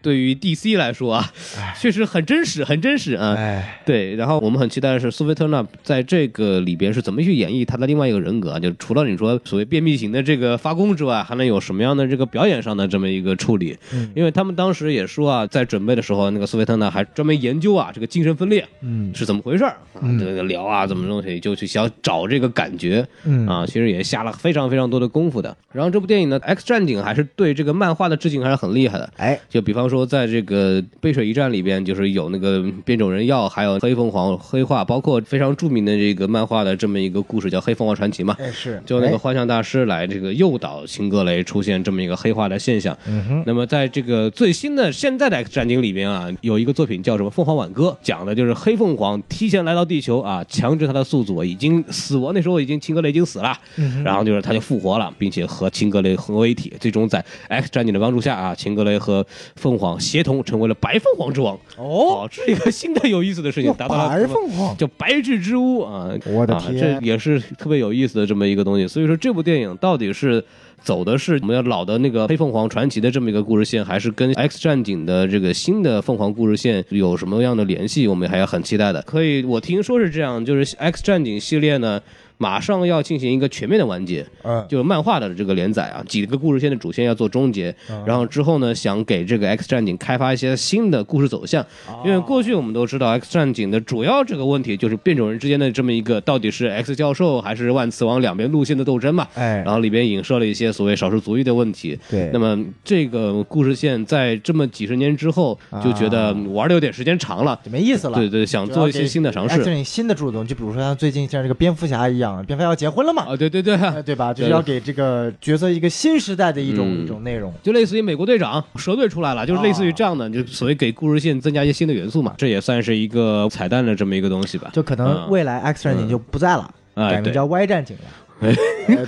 A: 对于 DC 来说啊，确实很真实，很真实啊。
B: 哎，
A: 对，然后我们很期待的是苏菲特纳在这个里边是怎么去演绎他的另外一个人格啊，就除了你说所谓便秘型的这个发功之外，还能有什么样的这个表演上的这么一个处理？因为他们当时也说啊，在准备的时候，那个苏菲特纳还专门研究啊这个精神分裂，嗯，是怎么回事儿啊？这个聊啊，怎么东西，就去想找这个感觉，嗯啊，其实也下了非常非常多的功夫的。然后这部电影呢，《X 战警》还是对这个漫画的致敬还是很厉害的，
B: 哎，
A: 就比方说，在这个背水一战里边，就是有那个变种人药，还有黑凤凰黑化，包括非常著名的这个漫画的这么一个故事叫《黑凤凰传奇》嘛。
B: 哎是，
A: 就那个幻象大师来这个诱导辛格雷出现这么一个黑化的现象。
B: 嗯
A: 那么在这个最新的现在的战警里边啊，有一个作品叫什么《凤凰挽歌》，讲的就是黑凤凰提前来到地球啊，强制他的宿主已经死亡，那时候已经辛格雷已经死了，
B: 嗯
A: 然后就是他就复活了，并且和辛格雷合为一体，最终在 X 战警的帮助下啊，辛格雷和凤凰协同成为了白凤凰之王。哦，这是一个新的有意思的事情，达到了
B: 白凤凰，
A: 叫白日之屋啊，
B: 哦我的
A: 啊
B: 天
A: 这也是特别有意思的这么一个东西。所以说，这部电影到底是走的是我们老的那个黑凤凰传奇的这么一个故事线，还是跟 X 战警的这个新的凤凰故事线有什么样的联系？我们还要很期待的。可以，我听说是这样，就是 X 战警系列呢。马上要进行一个全面的完结，
B: 嗯，
A: 就是漫画的这个连载啊，几个故事线的主线要做终结，
B: 啊
A: 然后之后呢，想给这个 X 战警开发一些新的故事走向，
B: 哦
A: 因为过去我们都知道 X 战警的主要这个问题就是变种人之间的这么一个到底是 X 教授还是万磁王两边路线的斗争嘛，
B: 哎
A: 然后里边影射了一些所谓少数族裔的问题，
B: 对
A: 那么这个故事线在这么几十年之后就觉
B: 啊
A: 得玩的有点时间长了，
B: 就没意思了。
A: 对对，想做一些新的尝试
B: 这是新的主动，就比如说像最近像这个蝙蝠侠一样，蝙蝠侠要结婚了嘛，
A: 啊，对对对啊，
B: 哎对吧？就是要给这个角色一个新时代的一种
A: 嗯
B: 一种内容。
A: 就类似于美国队长、蛇队出来了，就是类似于这样的，就所谓给故事线增加一些新的元素嘛，这也算是一个彩蛋的这么一个东西吧。
B: 就可
A: 嗯
B: 能未来 X 战警就不在了，
A: 嗯哎
B: 改名叫 Y 战警了， (laughs) 哎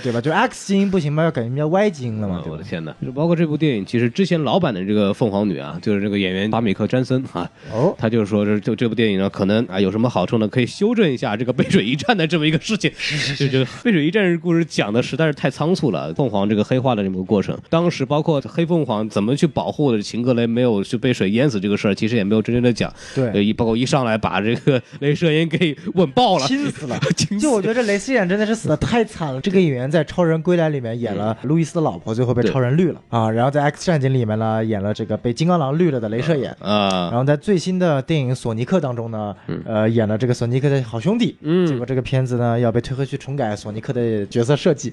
B: 对吧？就 X 基因不行嘛，要改名叫 Y 基因了嘛
A: 嗯，
B: 对
A: 我
B: 吧
A: 的？天哪！就包括这部电影，其实之前老版的这个凤凰女啊，就是这个演员巴米克·詹森啊，
B: 哦，
A: 他就说这就这部电影呢，可能啊有什么好处呢？可以修正一下这个背水一战的这么一个事情。就就背水一战这故事讲的实在是太仓促了，凤凰这个黑化的这么个过程，当时包括黑凤凰怎么去保护的秦格雷没有去被水淹死这个事儿，其实也没有真正的讲。
B: 对
A: 呃一包括一上来把这个 (laughs) 镭射眼给吻嗯爆了， (laughs)
B: 亲死了
A: 亲死
B: 就我觉得这雷斯演真的是死的太惨了。这个演员在《超人归来》里面演了路易斯的老婆，最后被
A: 嗯对
B: 超人绿了啊。然后在《X 战警》里面呢，演了这个被金刚狼绿了的镭射眼。然
A: 啊，
B: 后在最新的电影《索尼克》当中呢，呃，演了这个索尼克的好兄弟。
A: 嗯
B: 结果这个片子呢要被推回去重改索尼克的角色
A: (laughs)
B: 设计。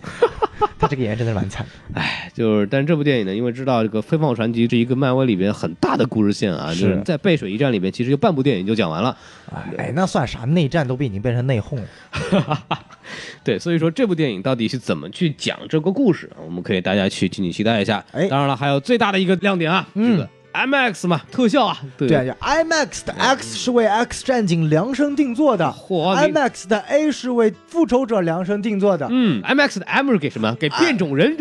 B: 他这个演员真的是蛮惨的。
A: 哎就是但这部电影呢，因为知道这个《飞凤传奇》是一个漫威里边很大的故事线啊，就是在背水一战里边，其实就半部电影就讲完
B: (laughs)
A: 了。
B: 哎，那算啥？内战都被已经变成内讧了。
A: 对，所以说这部电影到底是怎么去讲这个故事，我们可以大家去敬请期待一下。
B: 哎嗯
A: 当然了，还有最大的一个亮点啊，这个 IMAX 嘛，特效啊，对
B: 对啊，IMAX 的 X 是为《X 战警》量身定做的
A: 嚯你
B: ，IMAX 的 A 是为《复仇者》量身定做的
A: 嗯，IMAX 的 M 是给什么？
B: 啊
A: 给变种人？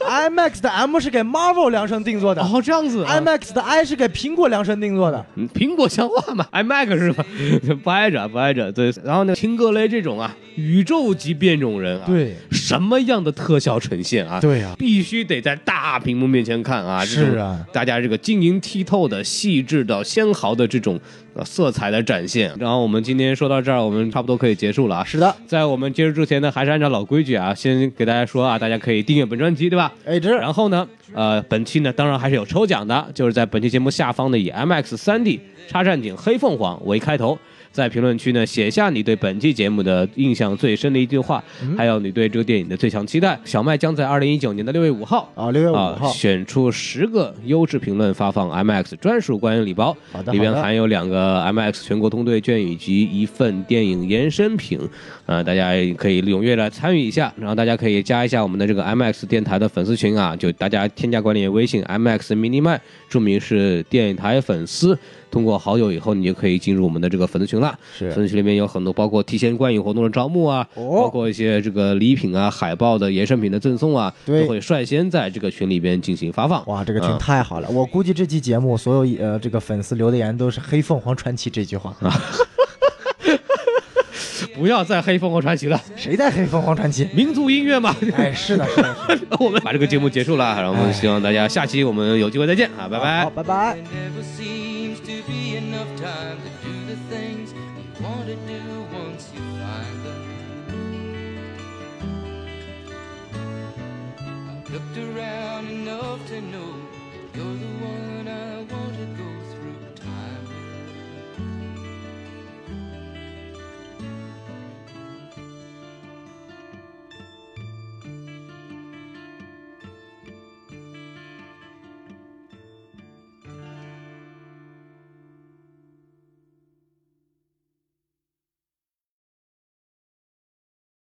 B: ，IMAX 的 M 是给 Marvel 量身定做的
A: 哦，这样子啊、
B: ，IMAX 的 I 是给苹果量身定做的。
A: 嗯苹果像话吗？iMac 是吧？ (laughs) 不挨着，不挨着。对，然后呢，辛格雷这种啊，宇宙级变种人啊，
B: 对，
A: 什么样的特效呈现啊？
B: 对啊
A: 必须得在大屏幕面前看啊！
B: 是啊，
A: 大家这个晶莹剔透的、细致的、纤毫的这种呃色彩的展现。然后我们今天说到这儿，我们差不多可以结束了啊。
B: 是的，
A: 在我们结束之前呢，还是按照老规矩啊，先给大家说啊，大家可以订阅本专辑，对吧？
B: 哎， (laughs) 这
A: 然后呢，呃，本期呢，当然还是有抽奖的，就是在本期节目下方的以 MX 3 D 叉战警黑凤凰为开头，在评论区呢写下你对本期节目的印象最深的一句话，
B: 嗯
A: 还有你对这个电影的最强期待。小麦将在二零一九年的六月五号。
B: 啊，六月五
A: 啊、
B: 号，
A: 选出十个优质评论发放 MX 专属观影礼包，
B: 好的
A: 里边
B: 好的
A: 含有两个 MX 全国通兑券以及一份电影延伸品，啊、大家也可以踊跃的参与一下，然后大家可以加一下我们的这个 MX 电台的粉丝群啊，就大家添加管理员微信 MX mini 麦，注明是电台粉丝。通过好友以后，你就可以进入我们的这个粉丝群了。
B: 是
A: 粉丝群里面有很多包括提前观影活动的招募啊，
B: 哦
A: 包括一些这个礼品啊、海报的衍生品的赠送啊，
B: 对
A: 都会率先在这个群里边进行发放。
B: 哇，这个群
A: 嗯
B: 太好了！我估计这期节目所有呃
A: 啊
B: 这个粉丝留的言都是“黑凤凰传奇”这句话。
A: 不不要再黑凤凰传奇了，
B: 谁在黑凤凰
A: (laughs)
B: 传奇？
A: 民族音乐嘛。
B: 哎，是的，是的，是的
A: 我们把这个节目结束了，然后我们希望大家下期我们有机会再见啊，拜拜
B: 好，。拜拜。
D: never see